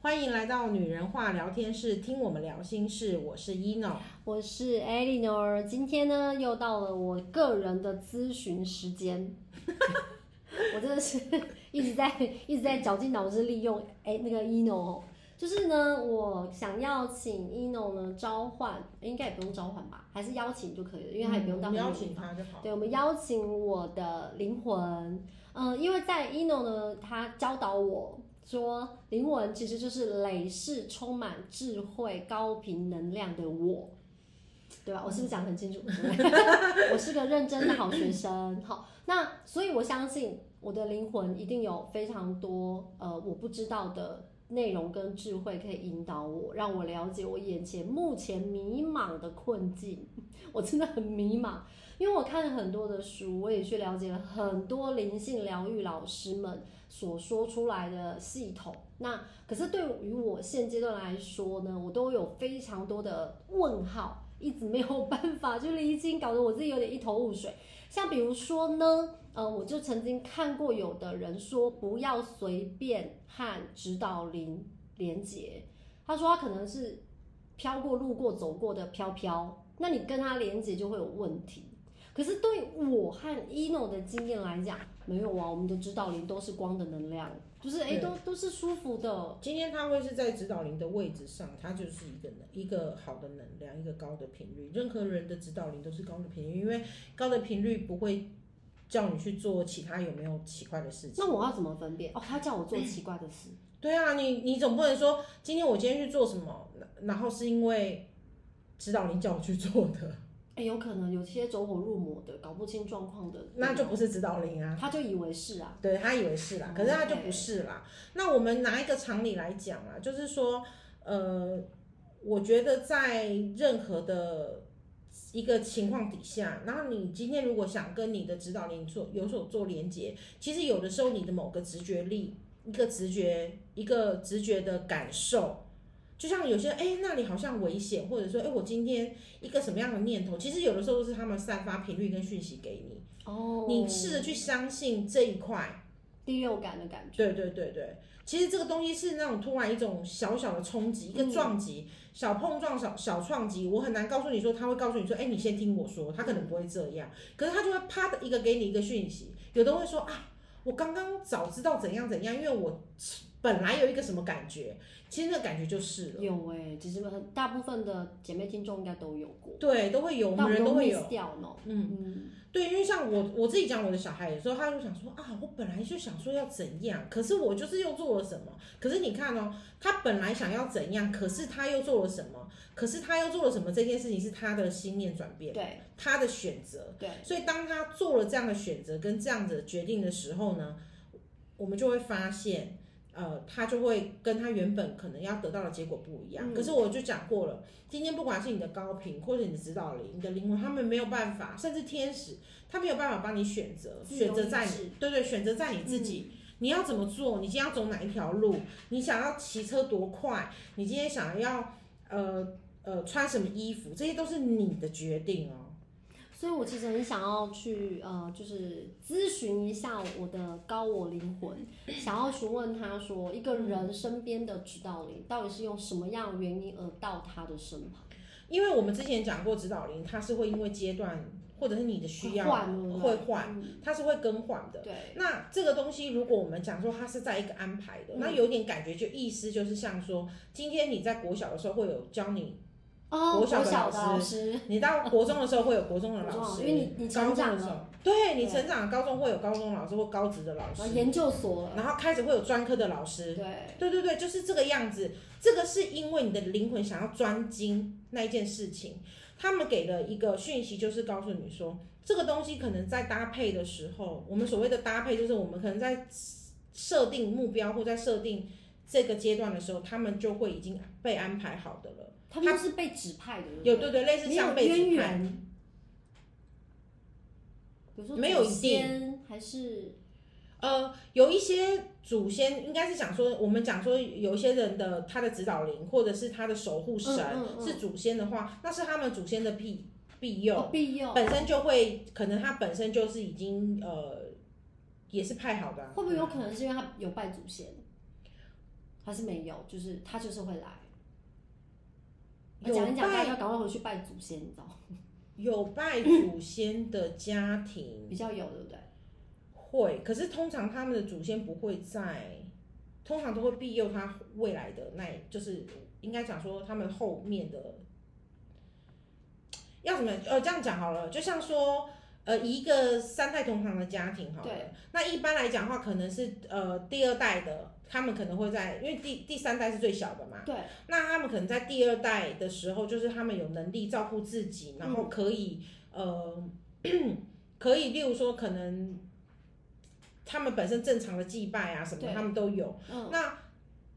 欢迎来到女人话聊天室，听我们聊心事。我是 ino，我是 Eleanor，今天呢又到了我个人的咨询时间， 我真的是一直在一直在绞尽脑汁利用哎、那个 Eno，哦就是呢我想要请 Eno 呢召唤，诶应该也不用召唤吧，还是邀请就可以了，因为他也不用到嗯很远邀的请他就好。对，我们邀请我的灵魂，嗯、因为在 Eno 呢，他教导我说，灵魂其实就是累世充满智慧、高频能量的我，对吧？我是不是讲得很清楚？ 我是个认真的好学生。好，那所以我相信我的灵魂一定有非常多呃我不知道的内容跟智慧可以引导我，让我了解我眼前目前迷茫的困境。 我真的很迷茫，因为我看了很多的书，我也去了解了很多灵性疗愈老师们所说出来的系统。那可是对于我现阶段来说呢，我都有非常多的问号，一直没有办法去理清，搞得我自己有点一头雾水。像比如说呢，呃，我就曾经看过有的人说不要随便和指导灵连接，他说他可能是飘过、路过、走过的飘飘，那你跟他连接就会有问题。可是对我和 ino 的经验来讲，没有啊，我们的指导灵都是光的能量，就是哎、对都都是舒服的，今天他会是在指导灵的位置上，他就是一个能一个好的能量，一个高的频率。任何人的指导灵都是高的频率，因为高的频率不会叫你去做其他有没有奇怪的事情。那我要怎么分辨？哦，他叫我做奇怪的事，对啊，你你总不能说今天我今天去做什么，然然后是因为指导灵叫我去做的，哎、有可能有些走火入魔的，搞不清状况的，那就不是指导灵啊。他就以为是啊，对他以为是啦，可是他就不是啦。那我们拿一个常理来讲啊，就是说，呃，我觉得在任何的一个情况底下，然后你今天如果想跟你的指导灵做有所做连接，其实有的时候你的某个直觉力、一个直觉、一个直觉的感受。就像有些哎、诶那里好像危险，或者说哎、诶我今天一个什么样的念头，其实有的时候都是他们散发频率跟讯息给你，哦，你试着去相信这一块，第六感的感觉，对对对对，其实这个东西是那种突然一种小小的冲击，一个撞击、小碰撞、小小撞击。我很难告诉你说他会告诉你说，哎、你先听我说，他可能不会这样，可是他就会啪的一个给你一个讯息。有的会说啊，我刚刚早知道怎样怎样，因为我本来有一个什么感觉，其实那个感觉就是了，有哎、其实很大部分的姐妹听众应该都有过，对，都会有，我但们人都会有 miss。掉呢，嗯对，因为像我我自己讲我的小孩，有时候他就想说啊，我本来就想说要怎样，可是我就是又做了什么。可是你看哦，他本来想要怎样，可是他又做了什么，可是他又做了什么，这件事情是他的心念转变，对他的选择。对，所以当他做了这样的选择跟这样的决定的时候呢，我们就会发现，呃，他就会跟他原本可能要得到的结果不一样。嗯可是我就讲过了，今天不管是你的高频或者你的指导灵、你的灵魂，他们没有办法，甚至天使，他没有办法帮你选择，自选由择在意你志嗯对对，选择在你自己。你要怎么做？你今天要走哪一条路？你想要骑车多快？你今天想要呃呃穿什么衣服？这些都是你的决定哦。所以我其实很想要去呃，就是咨询一下我的高我灵 魂，想要询问他说，一个人身边的指导灵到底是用什么样的原因而到他的身旁？因为我们之前讲过，指导灵它是会因为阶段或者是你的需要换了会换，嗯它是会更换的。对，那这个东西，如果我们讲说它是在一个安排的，嗯那有点感觉就意思就是像说，今天你在国小的时候会有教你，哦，国国小的小老的老师，你到国中的时候会有国中的老师，啊因为你你高成中长的时了，候，对你对成长了，高中会有高中老师或高职的老然师后，研究所了，然后开始会有专科的老师，对，对对对，就是这个样子。这个是因为你的灵魂想要专精那一件事情，他们给的一个讯息就是告诉你说，这个东西可能在搭配的时候，我们所谓的搭配就是我们可能在设定目标或在设定这个阶段的时候，他们就会已经被安排好的了。他们都是被指派的，有对不对对，类对似没有像被渊指派，源，比如说没有祖一定先还是呃，有一些祖先应该是想说，我们讲说有一些人的他的指导灵或者是他的守护神。嗯嗯嗯是祖先的话，那是他们祖先的庇庇佑，哦庇佑，本身就会可能他本身就是已经呃也是派好的啊、会不会有可能是因为他有拜祖先？他是没有，就是他就是会来。有讲一讲，大拜家就赶快回去拜祖先，你知道吗？有拜祖先的家庭比较有，对不对？会，可是通常他们的祖先不会在，通常都会庇佑他未来的那一，就是应该讲说他们后面的要怎么呃这样讲好了，就像说。呃，一个三代同堂的家庭好了对，那一般来讲的话，可能是呃第二代的，他们可能会在，因为第第三代是最小的嘛，对，那他们可能在第二代的时候，就是他们有能力照顾自己，然嗯后可以、呃，可以，例如说可能他们本身正常的祭拜啊什么的，对他们都有。嗯，那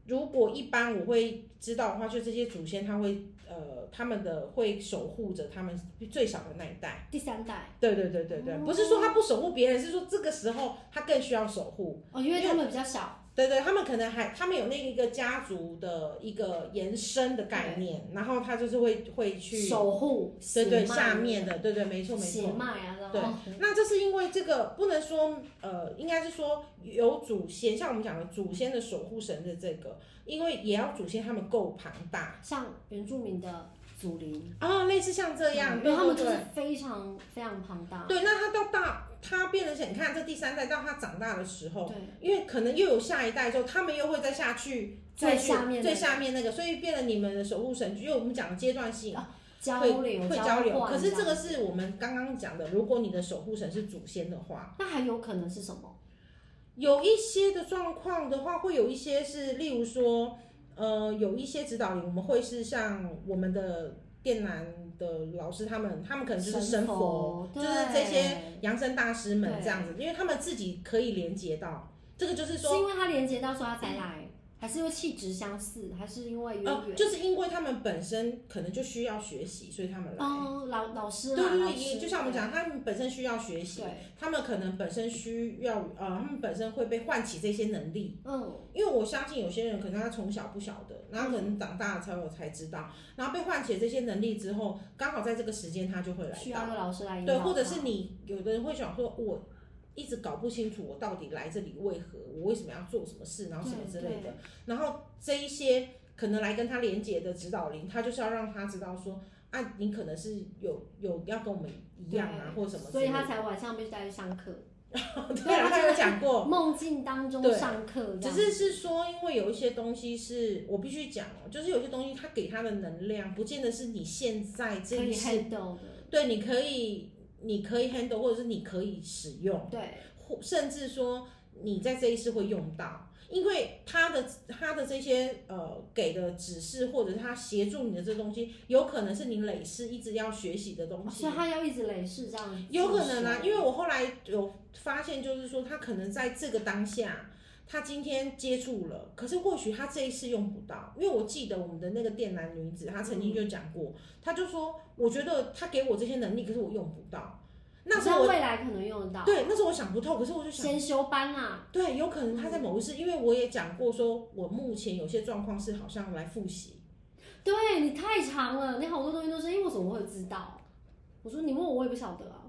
如果一般我会知道的话，就这些祖先他会呃，他们的会守护着他们最小的那一代。第三代对对对对对，哦不是说他不守护别人，是说这个时候他更需要守护。哦，因为他们比较小，对对，他们可能还他们有那一个家族的一个延伸的概念，然后他就是会会去守护对对血脉下面的对对没错没血错。脉啊，然对后那这是因为这个不能说呃，应该是说有祖先，像我们讲的祖先的守护神的这个，因为也要祖先他们够庞大像原住民的祖灵，哦，类似像这样，嗯因为他们对就对是非常非常庞大，对对，那他到大他变成是你看这第三代到他长大的时候，对，因为可能又有下一代之后，他们又会再下去，最再去下面那最个下面那个，所以变得你们的守护神，因为我们讲的阶段性哦交会流会交流。换可是这样个是我们刚刚讲的，如果你的守护神是祖先的话，那还有可能是什么？有一些的状况的话，会有一些是，例如说，呃，有一些指导灵，我们会是像我们的电男的老师他们，他们可能就是神佛，佛，就是对这些扬声大师们对这样子，因为他们自己可以连接到。这个就是说是，因为他连接到说他才来，还是因为气质相似，还是因为呃渊，源？就是因为他们本身可能就需要学习，所以他们来。哦，老老师对啦，对老对，师也就像我们讲，他们本身需要学习，对，他们可能本身需要呃，他们本身会被唤起这些能力。嗯，因为我相信有些人可能他从小不晓得，然后可能长大了才有才知道，然后被唤起这些能力之后，刚好在这个时间他就会来需要到一。个老师来引导对，他，或者是你有的人会想说，我一直搞不清楚我到底来这里为何，我为什么要做什么事，然后什么之类的。然后这一些可能来跟他连接的指导灵，他就是要让他知道说，啊，你可能是有有要跟我们一样啊，或者什么之所类以的。 他才晚上必须再去上课，对啊，他有讲过，梦境当中对上课只这样，是是说，因为有一些东西是我必须讲哦，就是有些东西它给他的能量，不见得是你现在这可一以世， handle 的，对，你可以你可以 handle，或者是你可以使用。对，或甚至说你在这一世会用到，因为他的他的这些呃给的指示，或者是他协助你的这东西，有可能是你累世一直要学习的东西哦所以。他要一直累世这样，有可能啊，因为为我后来有发现，就是说他可能在这个当下，他今天接触了，可是或许他这一次用不到，因为我记得我们的那个电男女子，她曾经就讲过，她就说，我觉得他给我这些能力，可是我用不到。那时候我未来可能用得到，对，那时候我想不透，可是我就想，先修班啊，嗯对，有可能他在某一次，因为我也讲过，说我目前有些状况是好像来复 习，对你太长了，你好多东西都是，因为我怎么会知道？我说你问我，我也不晓得啊。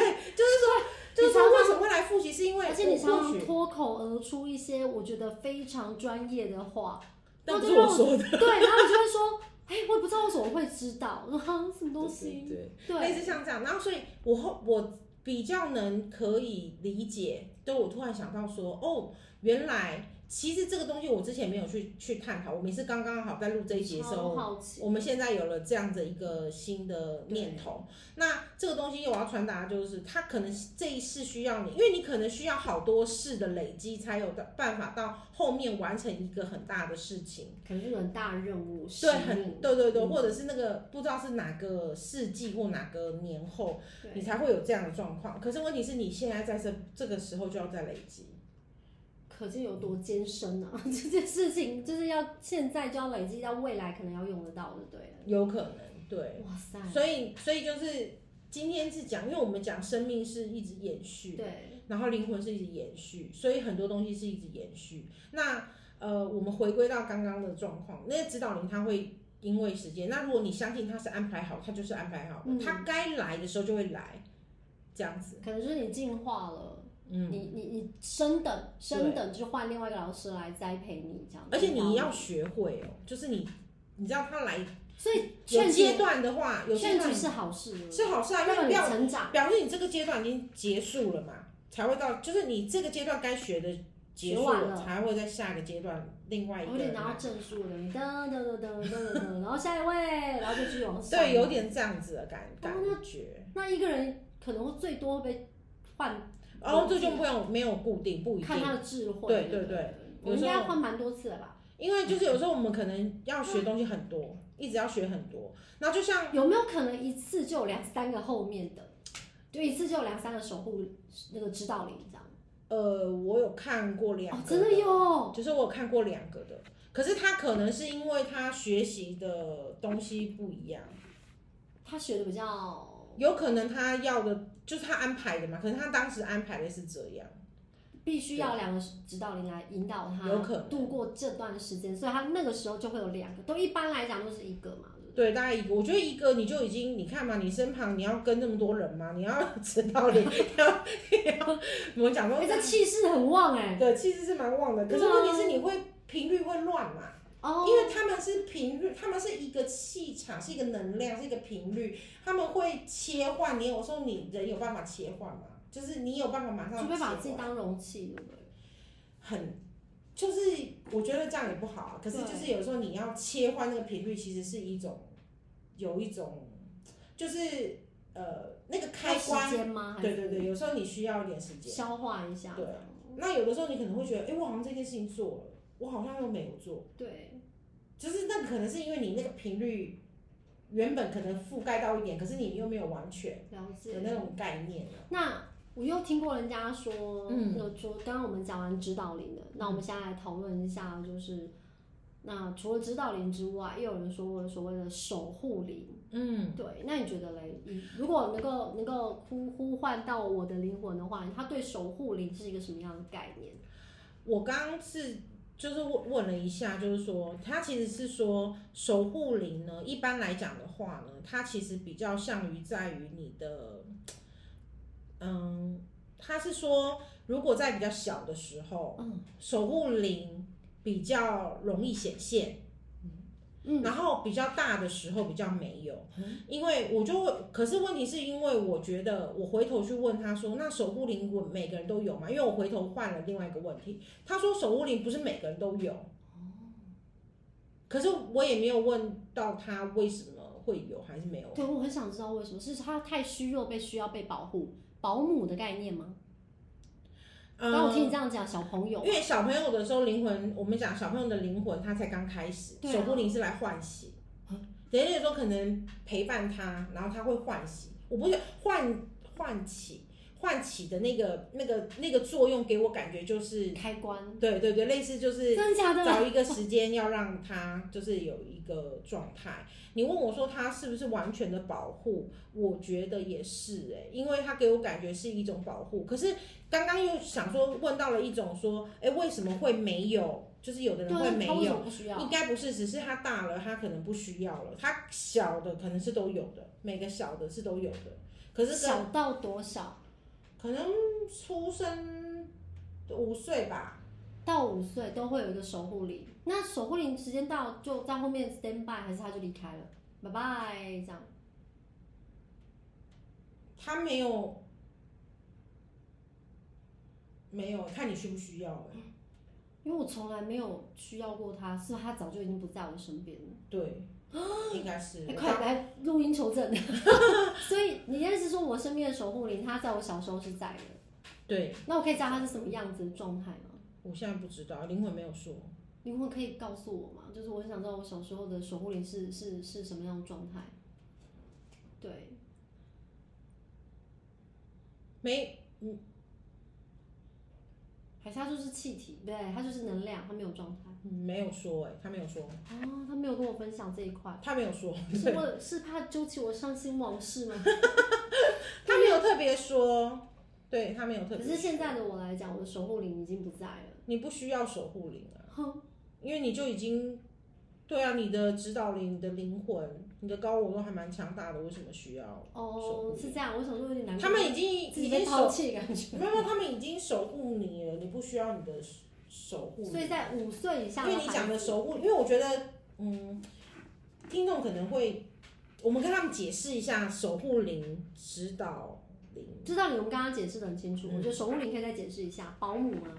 就是说常为什么会来复习，是因为而且你我常或常许脱口而出一些我觉得非常专业的话，那哦不对是让我我说的，对，然后你就会说，哎、我也不知道我怎么会知道，我说哈什么东对西？对对，类对，似像这样，然后所以我后我比较能可以理解，对我突然想到说，哦，原来其实这个东西我之前没有去去探讨，我们也是刚刚好在录这一集的时候超，好奇，我们现在有了这样的一个新的念头，那这个东西我要传达的就是，它可能是这一世需要你，因为你可能需要好多世的累积，才有的办法到后面完成一个很大的事情。可能是有很大的任务，使对，命很对对对，嗯或者是那个不知道是哪个世纪或哪个年后，你对，才会有这样的状况。可是问题是你现在在这这个时候就要再累积，可见有多艰深啊！ 这件事情就是要现在就要累积到未来可能要用得到的，对了。有可能对。哇塞，所以所以就是今天是讲，因为我们讲生命是一直延续。对，然后灵魂是一直延续，所以很多东西是一直延续。那呃，我们回归到刚刚的状况，那些指导灵他会因为时间，那如果你相信他是安排好，他就是安排好的，嗯他该来的时候就会来，这样子。可能就是你进化了，嗯，你你你升等升等就换另外一个老师来栽培你这样，而且你要学会哦，就是你你知道他来所以有劝阶诫段的话，有阶劝段诫是好事，是好事啊，因为让你不你要 成长，表示你这个阶段已经结束了嘛，才会到，就是你这个阶段该学的结束学完了才会在下一个阶段另外一有个点人拿来。到证书了，噔噔噔噔噔噔，然后下一位，然后就继续往上。对，有。点这样子的感感哦觉。那一个人可能会最多会被换，然后这就不用没有固定，不一看定，他的智慧。对对对，我应有时该候换蛮多次了吧？因为就是有时候我们可能要学东西很多，一直要学很多。那就像有没有可能一次就有两三个后面的，就一次就有两三个守护那个指导灵这样？呃，我有看过两哦，个，真的有，就是我有看过两个的，可是他可能是因为他学习的东西不一样，他学的比较有可能他要的就是他安排的嘛，可能他当时安排的是这样，必须要两个指导灵来引导他，有可能度过这段时间，所以他那个时候就会有两个，都一般来讲都是一个嘛，对不对？对，大概一个，我觉得一个你就已经，你看嘛，你身旁你要跟那么多人嘛，你要知道你你要你要怎么讲说 哎、，这气势很旺哎、对，其实是蛮旺的，可是对啊问题是你会频率会乱嘛，哦，因为他们是频率，他们是一个气场，是一个能量，是一个频率，他们会切换。你有时候你人有办法切换吗？就是你有办法马上除非把自切己换当容器，对不对？很，就是我觉得这样也不好啊。可是就是有时候你要切换那个频率，其实是一种有一种就是呃那个开要时关，间吗？还对是对对，有时候你需要一点时间。消化一下。对那有的时候你可能会觉得，哎、我好像这件事情做了，我好像又没有做。对，就是那可能是因为你那个频率原本可能覆盖到一点，可是你又没有完全了的解。那种概念啊。那我又听过人家说，嗯那个说，刚刚我们讲完指导灵的，那我们现在来讨论一下，就是那除了指导灵之外，又有人说过所谓的守护灵。嗯，对，那你觉得嘞？你如果能够能够呼呼唤到我的灵魂的话，它对守护灵是一个什么样的概念？我刚刚是就是问问了一下，就是说它其实是说守护灵呢，一般来讲的话呢，它其实比较像于在于你的，嗯，它是说如果在比较小的时候，嗯守护灵比较容易显现。嗯，然后比较大的时候比较没有嗯，因为我就会，可是问题是因为我觉得我回头去问他说，那守护灵我每个人都有吗？因为我回头换了另外一个问题，他说守护灵不是每个人都有，哦可是我也没有问到他为什么会有还是没有，对，我很想知道为什么是它太虚弱，被需要被保护，保姆的概念吗？嗯当我听你这样讲，小朋友因为小朋友的时候，灵魂我们讲小朋友的灵魂，他才刚开始，对啊嗯守护灵是来唤醒。等于说可能陪伴他，然后他会唤醒。我不是唤唤起唤起的那个那个那个作用，给我感觉就是，开关，对对对，类似就是真的假的？找一个时间要让他就是有一个状态。你问我说他是不是完全的保护？我觉得也是诶、因为他给我感觉是一种保护。可是刚刚又想说问到了一种说，诶、为什么会没有？就是有的对人会啊，没他为什有。么不需要应？该不是，只是他大了，他可能不需要了。他小的可能是都有的，每个小的是都有的。可是跟小到多少？可能出生五岁吧，到五岁都会有一个守护灵，那守护灵时间到就在后面 stand by，还是他就离开了，拜拜这样。他没有，没有看你需不需要了。因为我从来没有需要过他，是不是他早就已经不在我身边了。对，应该是啊哎快来录音求证。 所以你的意思是说我身边的守护灵，他在我小时候是在的，对。那我可以知道他是什么样子的状态吗？我现在不知道，灵魂没有说。灵魂可以告诉我吗？就是我很想知道我小时候的守护灵是是是什么样的状态。对，没，还是它就是气体，对，它就是能量，它没有状态。没有说、哎，他没有说，哦，他没有跟我分享这一块，他没有说，是我是怕揪起我伤心往事吗？他没有特别说，对他没有特可别。是现在的我来讲，我的守护灵已经不在了。你不需要守护灵啊，哼，因为你就已经对啊，你的指导灵、你的灵魂、你的高我都还蛮强大的，为什么需要？哦，是这样，我想说有点难过。他们已经自己已被经抛守，弃的感觉。没有，没有他们已经守护你了，你不需要你的守护。所以在五岁以下因的为孩子，你讲的守护，因为我觉得，嗯，听众可能会，我们跟他们解释一下守护灵、指导灵。知道你们刚刚解释的很清楚，嗯我觉得守护灵可以再解释一下，保姆啊，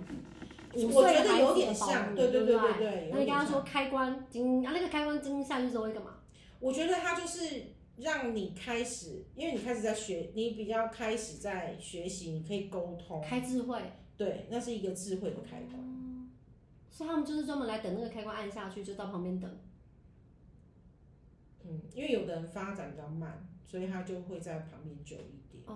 五我岁觉的得孩有子点的保像，姆，对对对不对对。那有你点刚刚像说开关惊啊，那个开关惊下去之后会干嘛？我觉得它就是让你开始，因为你开始在学，你比较开始在学习，你可以沟通，开智慧，哦哦对，那是一个智慧的开关。所以他们就是专门来等那个开关按下去，就到旁边等。嗯，因为有的人发展比较慢，所以他就会在旁边久一点。哦，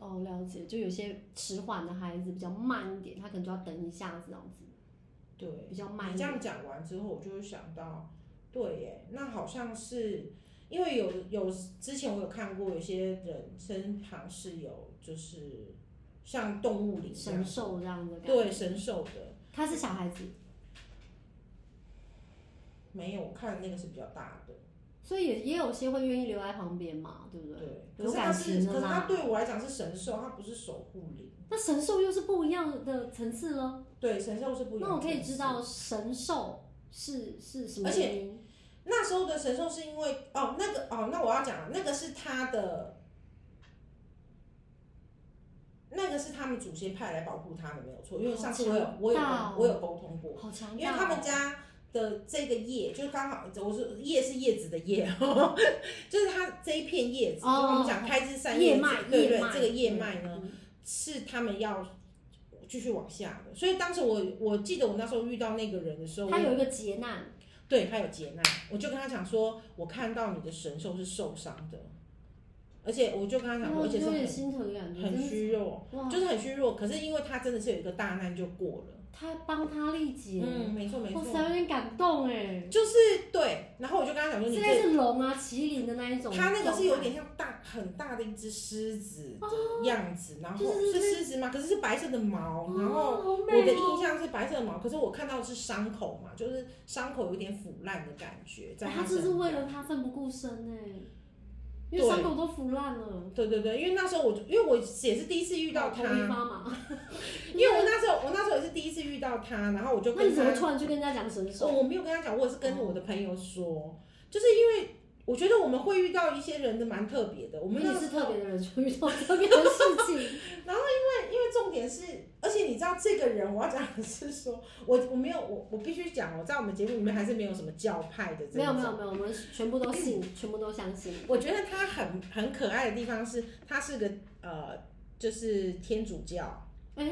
我们哦了解，就有些迟缓的孩子比较慢一点，他可能就要等一下子这样子，对，比较慢你这一点。样讲完之后，我就会想到，对耶，那好像是因为有有之前我有看过，有些人身旁是有就是像动物灵这神样，兽这样的感觉，啊对神兽的，他是小孩子，没有，我看那个是比较大的。所以也也有些会愿意留在旁边嘛，对不对？对，可有是它感是，情的可是它啦对我来讲是神兽，它不是守护灵。那神兽又是不一样的层次了。对，神兽是不一样。嗯那我可以知，道神兽是是什么而且原因？那时候的神兽是因为哦，那个哦，那我要讲了那个是他的，那个是他们祖先派来保护他的，没有错。因为上次我有我有好强大哦我有沟通过，好强大、哦！因为他们家的这个叶就是刚好，我是叶是叶子的叶， 就是它这一片叶子，就哦是我们讲开枝散叶叶子脉，对叶对，脉这个叶脉呢。嗯是他们要继续往下的。所以当时我我记得我那时候遇到那个人的时候，他我有一个劫难，对他有劫难，我就跟他讲说，我看到你的神兽是受伤的，而且我就跟他讲说，我而且有点是心疼的哦感觉，很很真的虚弱，哇！就是很虚弱。可是因为他真的是有一个大难就过了，他帮他历劫，嗯，没错没哇错，塞，有点感动哎。就是对。然后我就跟他讲说，你这个这是龙啊，麒麟的那一种。他那个是有点像大很大的一只狮子哦的样子，然后就是是狮子吗？可是是白色的毛，然后哦好美我的哦印象是白色的毛，可是我看到的是伤口嘛，就是伤口有点腐烂的感觉，在哎它他身真是为上了他奋不顾身哎，因为对伤口都腐烂了，对对对，因为那时候我就，因为我也是第一次遇到头皮他，发麻。因为我那时候我那时候也是第一次遇到他，然后我就那你跟怎么他，突然去跟人家讲神哦，兽？我没有跟他讲，我也是跟我的朋友说，就是因为我觉得我们会遇到一些人的蛮特别的，我我们们也那是时候特别的人，就遇到特别的事 情。因为重点是，而且你知道这个人，我要讲的是说， 我我没有我我必须讲，我在我们节目里面还是没有什么教派的这没有没种有没有，我们全部 都信，全部都相信。我觉得他很很可爱的地方是，他是个呃，就是天主教，哎、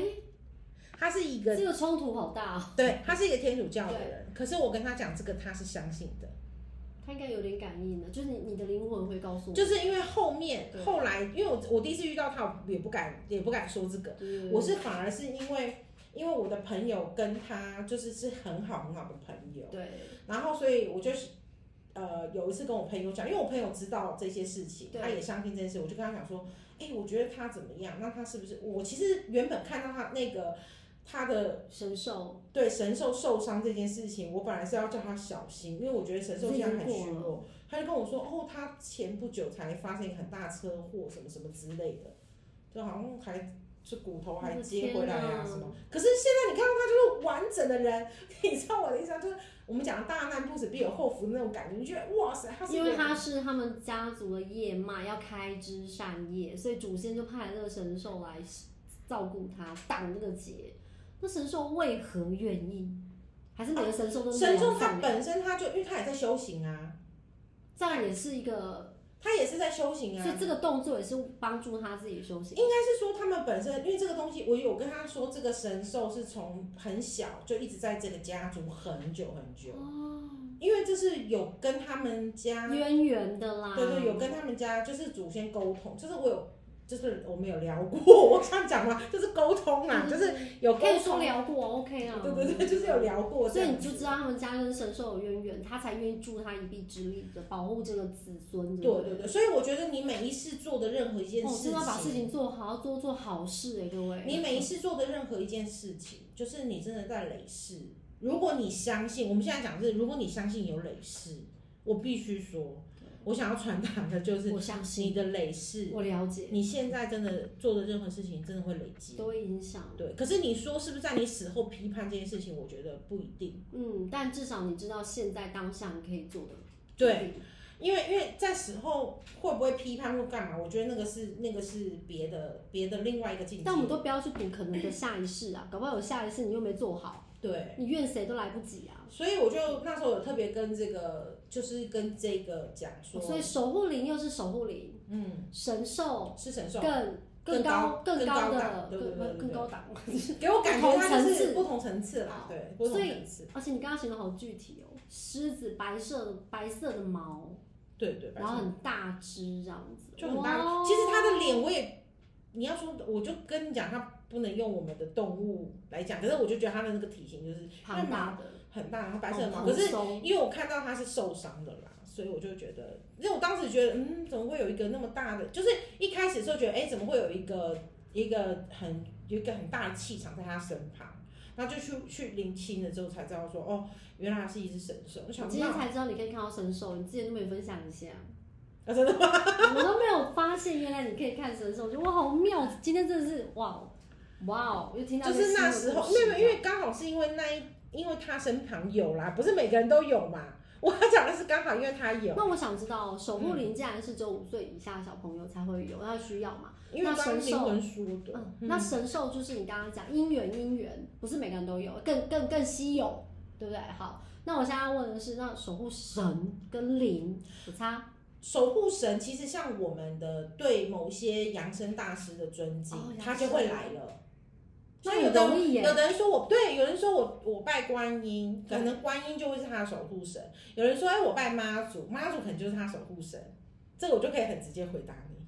他是一个这个冲突好大、哦，对，他是一个天主教的人。可是我跟他讲这个，他是相信的，他应该有点感应的，就是你你的灵魂会告诉我。就是因为后面对后来，因为我我第一次遇到他，我也不敢也不敢说这个，对对对我是反而是因为因为我的朋友跟他就是是很好很好的朋友。对然后所以我就是呃有一次跟我朋友讲，因为我朋友知道这些事情，对他也相信这件事，我就跟他讲说，哎、我觉得他怎么样？那他是不是？我其实原本看到他那个他的神兽，对神兽受伤这件事情，我本来是要叫他小心，因为我觉得神兽现在很虚已经过弱。他就跟我说，哦，他前不久才发生一个很大车祸，什么什么之类的，就好像还。是骨头还接回来我的天啊哪什么？可是现在你看到他就是完整的人， 你知道我的意思吗？就是我们讲的大难不死必有后福那种感觉，你觉得哇塞，他是一因个为他是他们家族的叶脉，要开枝散叶，所以祖先就派了这个神兽来照顾他，挡这个劫。那神兽为何愿意？还是每个神兽都是神这兽，样他善良本身他就因为他也在修行啊，这样也是一个，他也是在修行啊，所以这个动作也是帮助他自己修行。应该是说他们本身，因为这个东西，我有跟他说，这个神兽是从很小就一直在这个家族很久很久，哦，因为这是有跟他们家，渊源的啦，对对，有跟他们家就是祖先沟通，就是我有，就是我们有聊过，我想讲嘛，就是沟通啊，就是有沟嗯可以说通，聊过，OK 啊，对对对，就是有聊过这所以样你子，就知道他们家跟神兽有渊源，他才愿意助他一臂之力的保护这个子孙。对不对对，所以我觉得你每一次做的任何一件哦，事真的要把事情，情做好，要多做好事哎、各位。你每一次做的任何一件事情，就是你真的在累世。如果你相信，我们现在讲的是，如果你相信有累世，我必须说，我想要传达的就是我相信，你的累世，我了解，你现在真的做的任何事情真的会累积。都会影响。对，可是你说是不是在你死后批判这件事情？我觉得不一定，嗯，但至少你知道现在当下你可以做的。对，因为因为在死后会不会批判或干嘛？我觉得那个是那个是别的别的另外一个境界。但我们都不要去赌可能的下一世啊，搞不好有下一世你又没做好，对，你怨谁都来不及啊。所以我就那时候有特别跟这个，就是跟这个讲说，所以守护灵又是守护灵，嗯，神兽是神兽，更更高高更更高的档对对对更对更高档。 给我感觉它就不同层次是不同层次啦好，对，不同所以层次， 而且你刚刚形容好具体哦，狮子白色白色的毛，对对，然后很哦大只这样子，就很大。哇其实它的脸我也，你要说，我就跟你讲，它不能用我们的动物来讲，可是我就觉得它的那个体型就是庞大的，很大，然后白色的毛，哦可是蓬松因为我看到它是受伤的啦，所以我就觉得，因为我当时觉得，嗯，怎么会有一个那么大的？就是一开始的时候觉得，哎、怎么会有一个一个很有一个很大的气场在他身旁？然后就去去聆听了之后才知道说，哦，原来他是一只神兽。我想我不今天到，才知道你可以看到神兽，你之前都没分享一下，啊，真的吗？ 我都没有发现原来你可以看神兽，我觉得哇好妙，今天真的是哇哦哇哦，又听就到一个是那新时的故候，事啊没有，因为刚好是因为那一，因为他身旁有啦，不是每个人都有嘛。我讲的是刚好因为嗯他有，那我想知道，守护灵既然是只有五岁以下的小朋友才会有，那需要嘛？因为刚那神刚兽灵魂说的，嗯，那神兽就是你刚刚讲姻缘，姻缘不是每个人都有，更更更稀有，对不对？好，那我现在要问的是，那守护神跟灵有差守护神其实像我们的对某些扬声大师的尊敬，哦他扬声就会来了。那所以有很的容易耶有的人说我对，有人说我我拜观音，对可能观音就会是他的守护神；有人说哎我拜妈祖，妈祖可能就是他守护神。这个我就可以很直接回答你。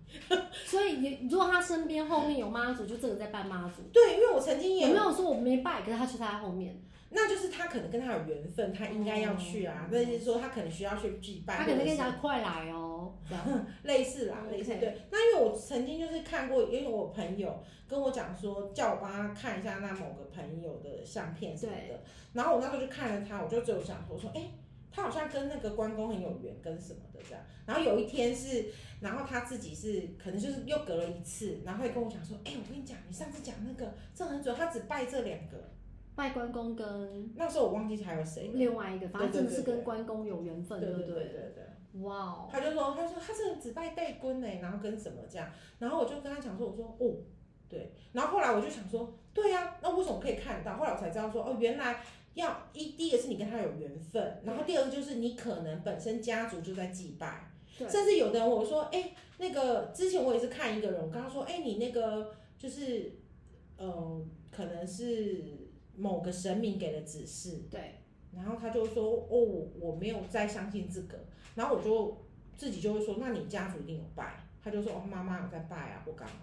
所以你如果他身边后面有妈祖，就这个在拜妈祖。对，因为我曾经也有没有说我没拜，可是他却在他后面，那就是他可能跟他有缘分，他应该要去啊。那就是说他可能需要去祭拜，哦他可能或者跟你是讲快来哦，这样。 类似啦， OK 类似对。那因为我曾经就是看过，因为我朋友跟我讲说，叫我帮他看一下那某个朋友的相片什么的。然后我那时候就看了他，我就只有想说，我说哎、诶他好像跟那个关公很有缘，跟什么的这样。然后有一天是，然后他自己是可能就是又隔了一次，然后也跟我讲说，哎、我跟你讲，你上次讲那个这很准，他只拜这两个。拜关公跟那时候我忘记还有谁了。另外一个，反正真的是对对对跟关公有缘对分，对不对对对。哇哦，他就说，他说他这个只拜带棍呢，然后跟什么这样，然后我就跟他讲说，我说哦，对，然后后来我就想说，对呀、那为什么可以看到？后来我才知道说，哦，原来要一第一个是你跟他有缘分，然后第二个就是你可能本身家族就在祭拜，对甚至有的人我说，哎，那个之前我也是看一个人，我跟他说，哎，你那个就是，呃，可能是某个神明给的指示，对，然后他就说：“哦，我我没有再相信这个。”然后我就自己就会说：“那你家族一定有拜？”他就说：“哦，妈妈有在拜啊，或干嘛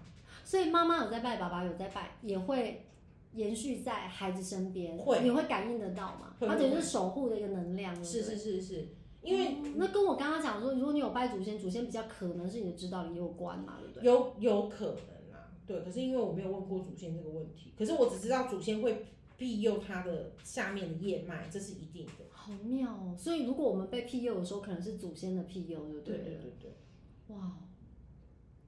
所以妈妈有在拜，爸爸有在拜，也会延续在孩子身边，会你会感应得到嘛？会它等于是守护的一个能量，？”对是嗯不对是是是，因为嗯那跟我刚刚讲说，如果你有拜祖先，祖先比较可能是你的指导灵有关嘛，对不对？有有可能啊，对。可是因为我没有问过祖先这个问题，可是我只知道祖先会庇佑他的下面的叶脉，这是一定的。好妙哦！所以如果我们被庇佑的时候，可能是祖先的庇佑，对不对对对对对，哇，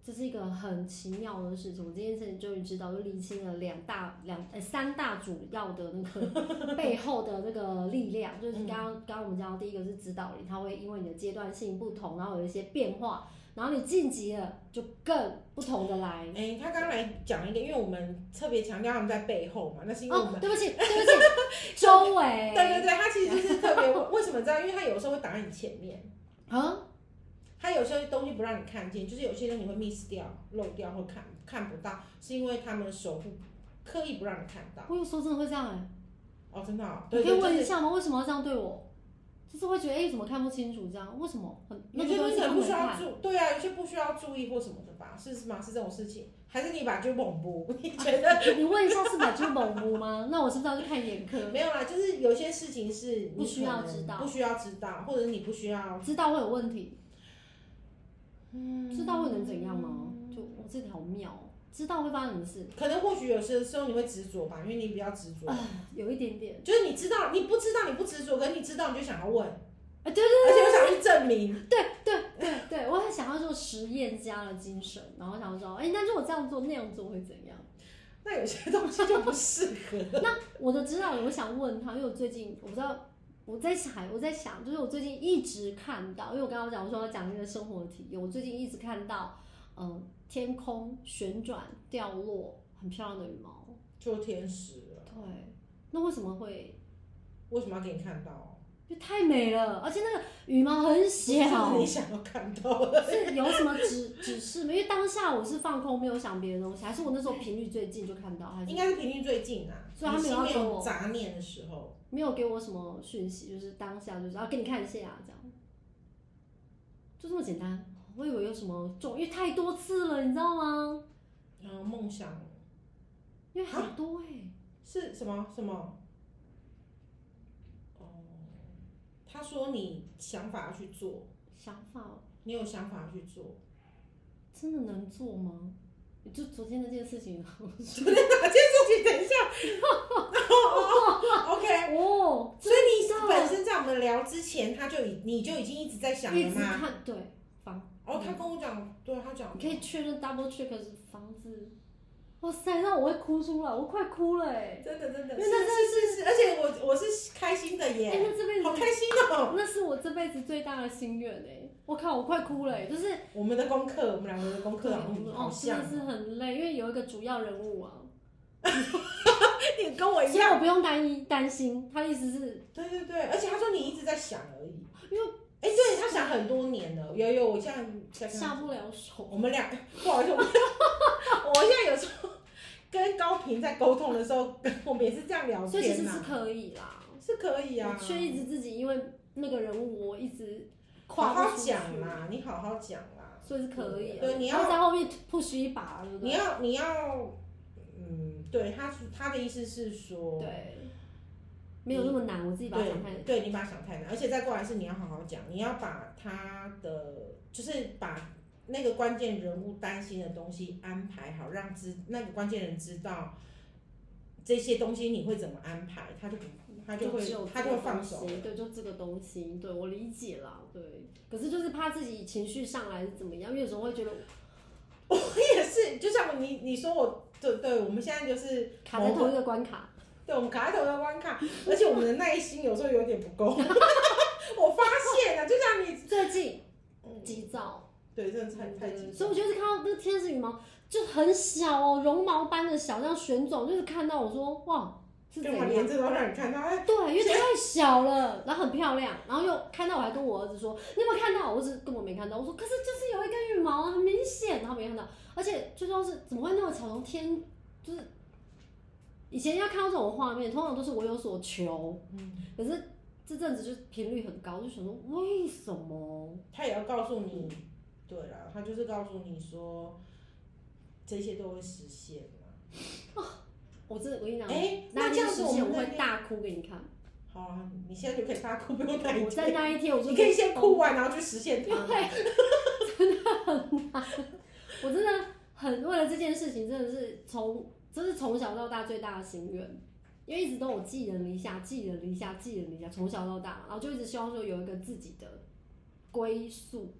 这是一个很奇妙的事情。我今天真的终于知道，就理清了两大两呃三大主要的那个背后的那个力量，就是嗯刚刚刚刚我们讲到第一个是指导灵，它会因为你的阶段性不同，然后有一些变化，然后你晋级了就更不同的来。哎，他刚刚来讲一个，因为我们特别强调他们在背后嘛，那是因为我们哦，对不起，对不起，周围， 对对对，他其实就是特别为为什么知道？因为他有时候会挡在你前面。啊，它有些东西不让你看见，就是有些东西你会 miss 掉、漏掉或看看不到，是因为他们守护刻意不让你看到。我有时候真的会这样哎、哦，真的、哦，你对可以对问对一下吗？为什么要这样对我？就是会觉得哎、怎么看不清楚这样？为什么？很那有个些东东西西可能不不能需看要。注，对啊，有些不需要注意或什么的吧，是是吗？是这种事情，还是你把就恐怖？ 你觉 得你问一下是买猪某屋吗？那我是不是要去看眼科？没有啦？就是有些事情是你不需要可能知道不需要知道，或者是你不需要，知道会嗯有问题，知道会能怎样吗？就我这条好妙哦，知道会发生什么事，可能或许有些时候你会执着吧，因为你比较执着，有一点点，就是你知道你不知道你不执着，可是你知道你就想要问，啊，对对而且我想去证明。对对对对，我很想要这种实验家的精神，然后想要知道，哎，那如果这样做那样做会怎样？那有些东西就不适合。我的指导员，我想问他，因为我最近我不知道我在想，我在想，就是我最近一直看到，因为我刚刚讲我说要讲那个生活体验，我最近一直看到，嗯、天空旋转掉落，很漂亮的羽毛。做天使了，对，那为什么会？为什么要给你看到？啊就太美了，而且那个羽毛很小不是，你想要看到的。是有什么指指示吗？因为当下我是放空，没有想别的东西，还是我那时候频率最近就看到，还是应该是平均最近啊，啊所以他没有要你心里跟我杂念的时候，没有给我什么讯息，就是当下就是啊，给你看一下、啊、这样，就这么简单。我以为有什么重，因为太多次了，你知道吗？然后嗯梦想因为很多哎、是什么什么？哦，他说你想法要去做，想法你有想法要去做， 真的能做吗？就昨天那件事情，昨天哪件事情？等一下，哦哦，OK。 哦，所以你真的本身在我们聊之前，他就已你就已经一直在想一了直吗？看对房，哦，他跟我讲，对他讲，你可以确认 double check 是房子。哇塞，那我会哭出来，我快哭了哎、真的真的，那是那是是是，而且我我是开心的哎、耶，那这辈子好开心哦！那是我这辈子最大的心愿哎、我靠，我快哭了、欸，就是我们的功课，我们两个的功课对，好我们像好哦，真像啊的是很累，因为有一个主要人物啊，你跟我一所以样，我不用担心担心。他的意思是，对对对，而且他说你一直在想而已，因为哎，对他想很多年了，有有，我现在在跟他下不了手，我们俩不好意思，我们 我现在有时候跟高平在沟通的时候，我们也是这样聊所以其天实是呐，可以啦。是可以我啊，却一直自己因为那个人物，我一直好跨不好出去，讲啦，你好好讲啦，所以是可以、啊。对你要然后在后面 push 一把，对不你对？要你要，嗯，对，他他的意思是说，对，没有那么难，我自己把它想开。对，对你把它想太难，而且再过来是你要好好讲，你要把他的就是把那个关键人物担心的东西安排好，让知那个关键人知道这些东西你会怎么安排，他就不他就会只有他这就个会放东手。西，对，就这个东西，对我理解啦，对。可是就是怕自己情绪上来是怎么样，因为有时候会觉得我也是，就像你你说我对对，我们现在就是卡在同一个关卡，对我们卡在头的关卡，而且我们的耐心有时候有点不够。 我发现啊了，就像你最近嗯急躁，嗯对，真的太太对急所以我就是看到那个天使羽毛就很小哦，绒毛般的小，这样旋转，我就是看到我说哇是怎干嘛样？连这都让你看到？对，因为太小了，然后很漂亮，然后又看到我还跟我儿子说，你有没有看到？我儿子根本没看到，我说可是就是有一根羽毛啊很明显，然后没看到，而且最重要是怎么会那么巧从天就是以前要看到这种画面，通常都是我有所求，嗯可是这阵子就是频率很高，就想说为什么？他也要告诉你，对啦，他就是告诉你说，这些都会实现嘛。我真的我跟你讲，哎那那这样子时间我们我会那天大哭给你看，好啊，你现在就可以大哭，不用担我在心。那一天我就你可以先崩哭完，然后去实现因为它。真的很难，我真的很为了这件事情，真的是从这是从小到大最大的心愿，因为一直都有寄人篱下，寄人篱下，寄人篱下，从小到大，然后就一直希望说有一个自己的归宿，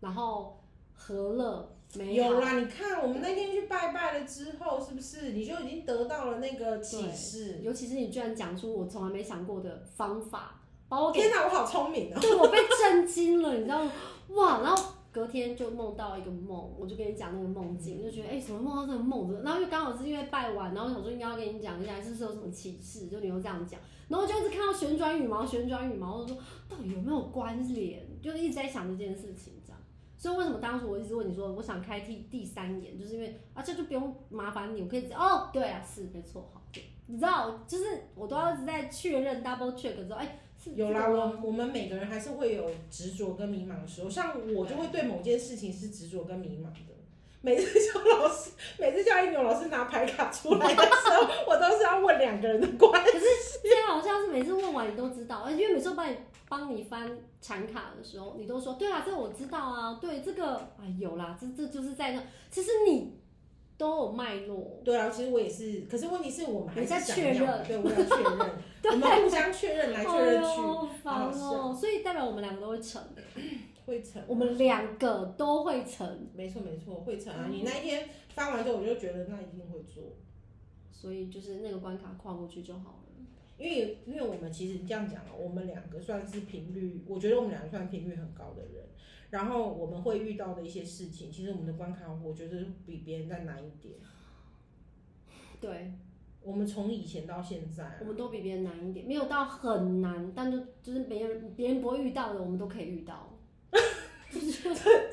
然后和乐美好有。啦，你看我们那天去拜拜了之后，是不是你就已经得到了那个启示？尤其是你居然讲出我从来没想过的方法，把我给天哪，我好聪明哦！对我被震惊了，你知道吗？哇！然后隔天就梦到一个梦，我就跟你讲那个梦境，就觉得哎、诶怎么梦到这个梦？然后又刚好是因为拜完，然后想说应该要跟你讲一下，是不是有什么启示？就你又这样讲，然后我就一直看到旋转羽毛，旋转羽毛，我就说到底有没有关联？就一直在想这件事情，这样。所以为什么当时我一直问你说我想开第第三眼，就是因为啊这就不用麻烦你，我可以直接哦对啊是没错好，对你知道就是我都要一直在确认 double check 之后哎、是有啦，这个吗我我们每个人还是会有执着跟迷茫的时候，像我就会对某件事情是执着跟迷茫的。每次叫老师， 每次叫一牛老师拿牌卡出来的时候，我都是要问两个人的 关系。这样好像是每次问完你都知道，而且因为每次我帮你帮你翻产卡的时候，你都哎说对啊，这个我知道啊，对这个啊有啦，这这就是在那，其实你都有脉络。对啊，其实我也是，可是问题是我们还你是在想确要认对，我要确认， 我们互相确认 来确哎认呦去，好烦好哦！所以代表我们两个都会成，会成。啊我们嗯两个都会成，没错没错，会成啊！你那一天发完之后，我就觉得那一定会做，所以就是那个关卡跨过去就好了。因为因为我们其实这样讲啊，我们两个算是频率，我觉得我们两个算频率很高的人。然后我们会遇到的一些事情，其实我们的关卡，我觉得比别人再难一点。对，我们从以前到现在啊、我们都比别人难一点，没有到很难，但就就是别人别人不会遇到的，我们都可以遇到。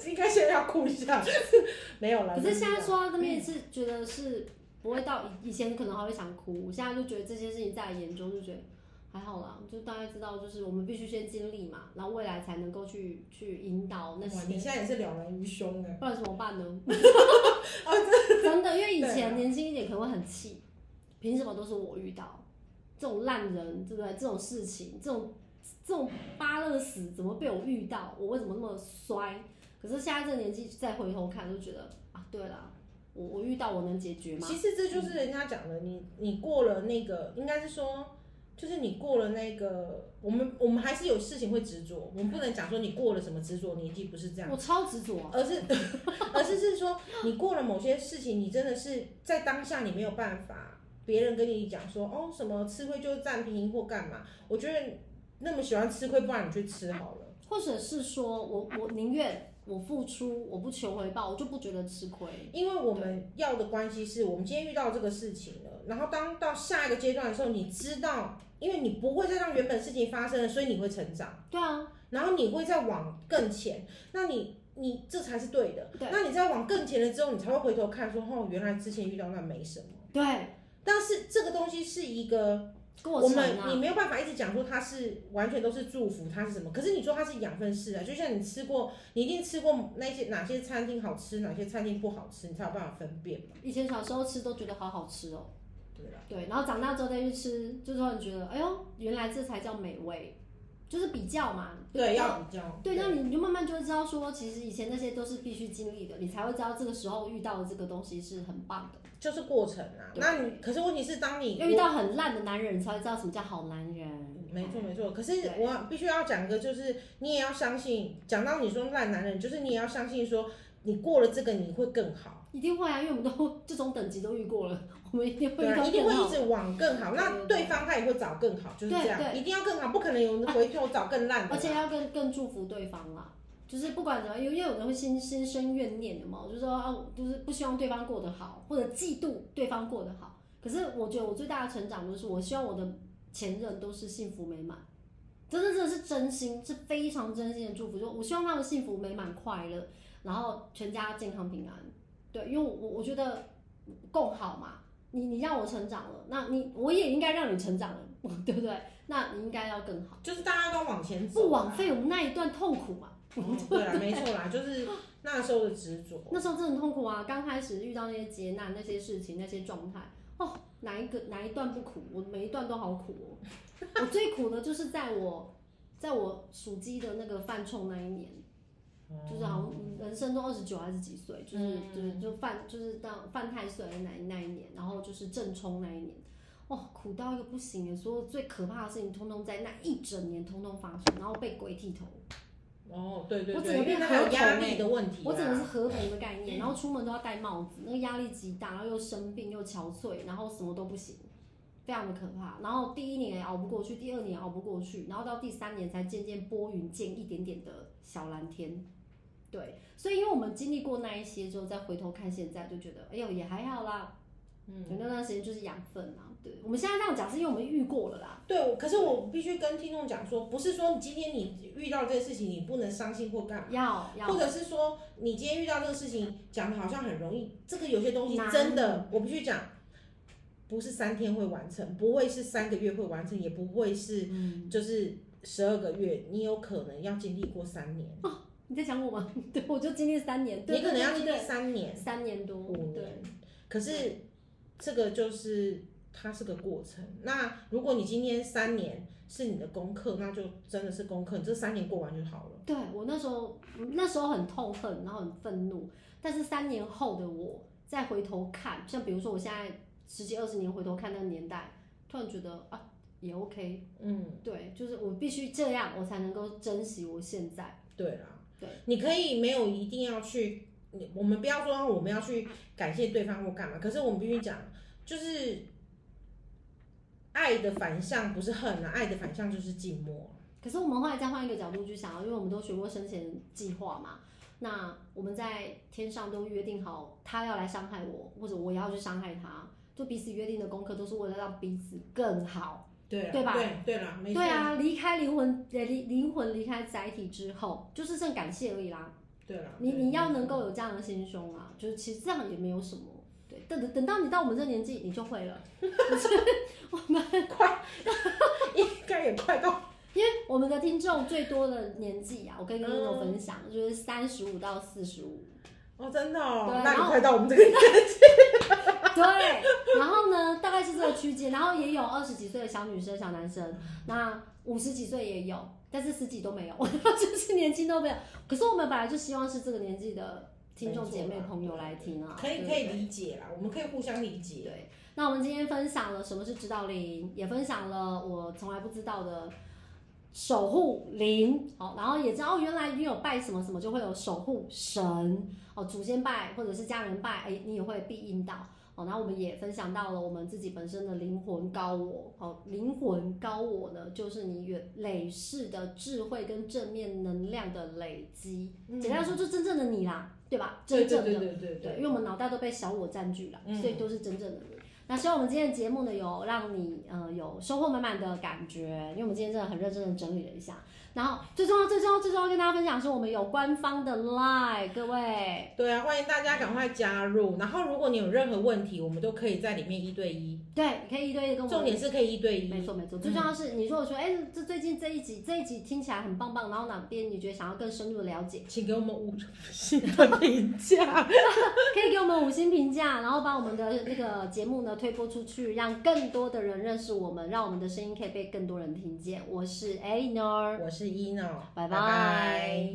应该现在要哭一下， 没有了。可是就是现这嗯在样说到这边是觉得是不会到以前可能还会想哭，我现在就觉得这些事情在眼中就觉得还好啦，就大概知道就是我们必须先经历嘛，然后未来才能够去去引导那哇，你些，现在也是了然于胸哎。不然怎么 办呢？哦真的，因为以啊前年轻一点可能会很气，凭什么都是我遇到这种烂人，对不对？这种事情，这种这种巴乐死怎么被我遇到？我为什么那么衰？可是现在这个年纪再回头看，就觉得啊，对啦，我我遇到我能解决吗？其实这就是人家讲的，你你过了那个，应该是说，就是你过了那个，我们我们还是有事情会执着，我们不能讲说你过了什么执着年纪，不是这样，我超执着啊，而是 而是是说你过了某些事情，你真的是在当下你没有办法，别人跟你讲说哦什么吃亏就是占便宜或干嘛，我觉得那么喜欢吃亏，不然你去吃好了。或者是说我我宁愿我付出，我不求回报，我就不觉得吃亏。因为我们要的关系是我们今天遇到这个事情了，然后当到下一个阶段的时候，你知道，因为你不会再让原本事情发生了，所以你会成长，对啊，然后你会再往更前，那你你这才是对的。对那你在往更前了之后，你才会回头看说，哦，原来之前遇到那没什么。对，啊但是这个东西是一个，过我程们你啊，没有办法一直讲说它是完全都是祝福，它是什么？可是你说它是养分是啊，就像你吃过，你一定吃过那些哪些餐厅好吃，哪些餐厅不好吃，你才有办法分辨嘛。以前小时候吃都觉得好好吃哦。对啦。对，然后长大之后再去吃，就突然觉得，哎呦，原来这才叫美味，就是比较嘛。对，要比较对，那你就慢慢就会知道说，其实以前那些都是必须经历的，你才会知道这个时候遇到的这个东西是很棒的。就是过程啊。对那你可是问题是，当你要遇到很烂的男人，你才会知道什么叫好男人。没错没错，可是对我必须要讲一个，就是你也要相信，讲到你说烂男人，就是你也要相信说，你过了这个你会更好，一定会啊，因为我们都 这种等级都遇过了，我们一定会对遇啊，到一定更会一好。直往更好。对对那对对方他也会找更好，就是对这样，对一定要更好，不可能有人回头找更烂的而且啦。要更更祝福对方啦，就是不管怎么样，因为因为有人会心心生怨念的嘛，就是说啊，我就是不希望对方过得好，或者嫉妒对方过得好。可是我觉得我最大的成长就是，我希望我的前任都是幸福美满，真的真的是真心，是非常真心的祝福，就我希望他们幸福美满、快乐，然后全家健康平安。对，因为我我觉得共好嘛，你你让我成长了，那你我也应该让你成长了， 对不对？那你应该要更好。就是大家都往前走，不枉。费我们那一段痛苦嘛。嗯、对 啦，没错啦，就是那时候的执着。那时候真的很痛苦啊，刚开始遇到那些劫难、那些事情、那些状态，哦，哪一个哪一段不苦？我每一段都好苦哦。 我最苦的就是在我在我属鸡的那个犯冲那一年，就是好像嗯人生中二十九还是几岁，就是就是就犯就是当犯太岁的那一那一年，然后就是正冲那一年，哇、苦到一个不行耶！所有最可怕的事情，通通在那一整年通通发生，然后被鬼剃头。哦，对对我对，整个因为变那还有合压同力欸的问题啦。啊我整个是合同的概念，然后出门都要戴帽子，那个压力极大，然后又生病又憔悴，然后什么都不行，非常的可怕。然后第一年也熬不过去，第二年也熬不过去，然后到第三年才渐渐拨云见一点点的小蓝天。对，所以因为我们经历过那一些之后，再回头看现在，就觉得哎呦也还好啦。嗯，那段时间就是养分啊。对，我们现在这样讲是因为我们遇过了啦。对，我可是我必须跟听众讲说，不是说你今天你遇到这个事情，你不能伤心或干嘛，要要或者是说你今天遇到这个事情，讲的好像很容易，这个有些东西难真的，我必须讲，不是三天会完成，不会是三个月会完成，也不会是嗯就是十二个月，你有可能要经历过三年，你在讲我吗？ 对，我就经历三年，对你可能要对经对历哦三对年、三年多，五对。年，可是这个就是。它是个过程。那如果你今天三年是你的功课，那就真的是功课，你这三年过完就好了。嗯对我那时候，那时候很痛恨，然后很愤怒。但是三年后的我，再回头看，像比如说我现在十几二十年回头看那个年代，突然觉得啊也 OK，嗯，对，就是我必须这样，我才能够珍惜我现在。对啦，对，你可以没有一定要去，你我们不要说我们要去感谢对方或干嘛，可是我们必须讲，就是爱的反向不是恨啊，爱的反向就是寂寞。啊可是我们后来再换一个角度去想啊，因为我们都学过生前计划嘛。那我们在天上都约定好，他要来伤害我，或者我要去伤害他，就彼此约定的功课都是为了让彼此更好。对啦对吧对对啦，没错。对啊，离开灵魂，呃离灵魂离开载体之后，就是剩感谢而已啦。对啦，你对你要能够有这样的心胸啊，就是其实这样也没有什么。对，等等等到你到我们这年纪，你就会了。应该也快到因为我们的听众最多的年纪啊，我跟观众分享、嗯就是三十五到四十五。哦，真的哦对，啊那然你后快到我们这个年纪 对，然后呢，大概是这个区间，然后也有二十几岁的小女生、小男生，那五十几岁也有，但是十几都没有， 就是年轻都没有。可是我们本来就希望是这个年纪的听众姐妹朋友来听啊，可以对可以对理解啦，我们可以互相理解。对，那我们今天分享了什么是指导灵，也分享了我从来不知道的守护灵，好，然后也知道哦，原来你有拜什么什么就会有守护神哦，祖先拜或者是家人拜，哎，你也会必应到哦。然后我们也分享到了我们自己本身的灵魂高我，哦，灵魂高我呢，就是你远累世的智慧跟正面能量的累积，嗯简单说，就真正的你啦，对吧？对真对正对的对对对，对，因为我们脑袋都被小我占据了，嗯所以都是真正的你。那希望我们今天的节目呢，有让你呃有收获满满的感觉，因为我们今天真的很认真的整理了一下。然后最重要、最重要、最重要跟大家分享是我们有官方的 Line，各位，对啊，欢迎大家赶快加入。然后，如果你有任何问题，我们都可以在里面一对一，对，你可以一对一地跟我们重点是可以一对没一。错没错，最重要是你如果说，哎、这最近这一集这一集听起来很棒棒，然后哪边你觉得想要更深入的了解，请给我们 五星的评价。可以给我们五星评价，然后把我们的那个节目呢推播出去，让更多的人认识我们，让我 们的声音可以被更多人听见。我是 Eleanor，我是一诺，拜拜拜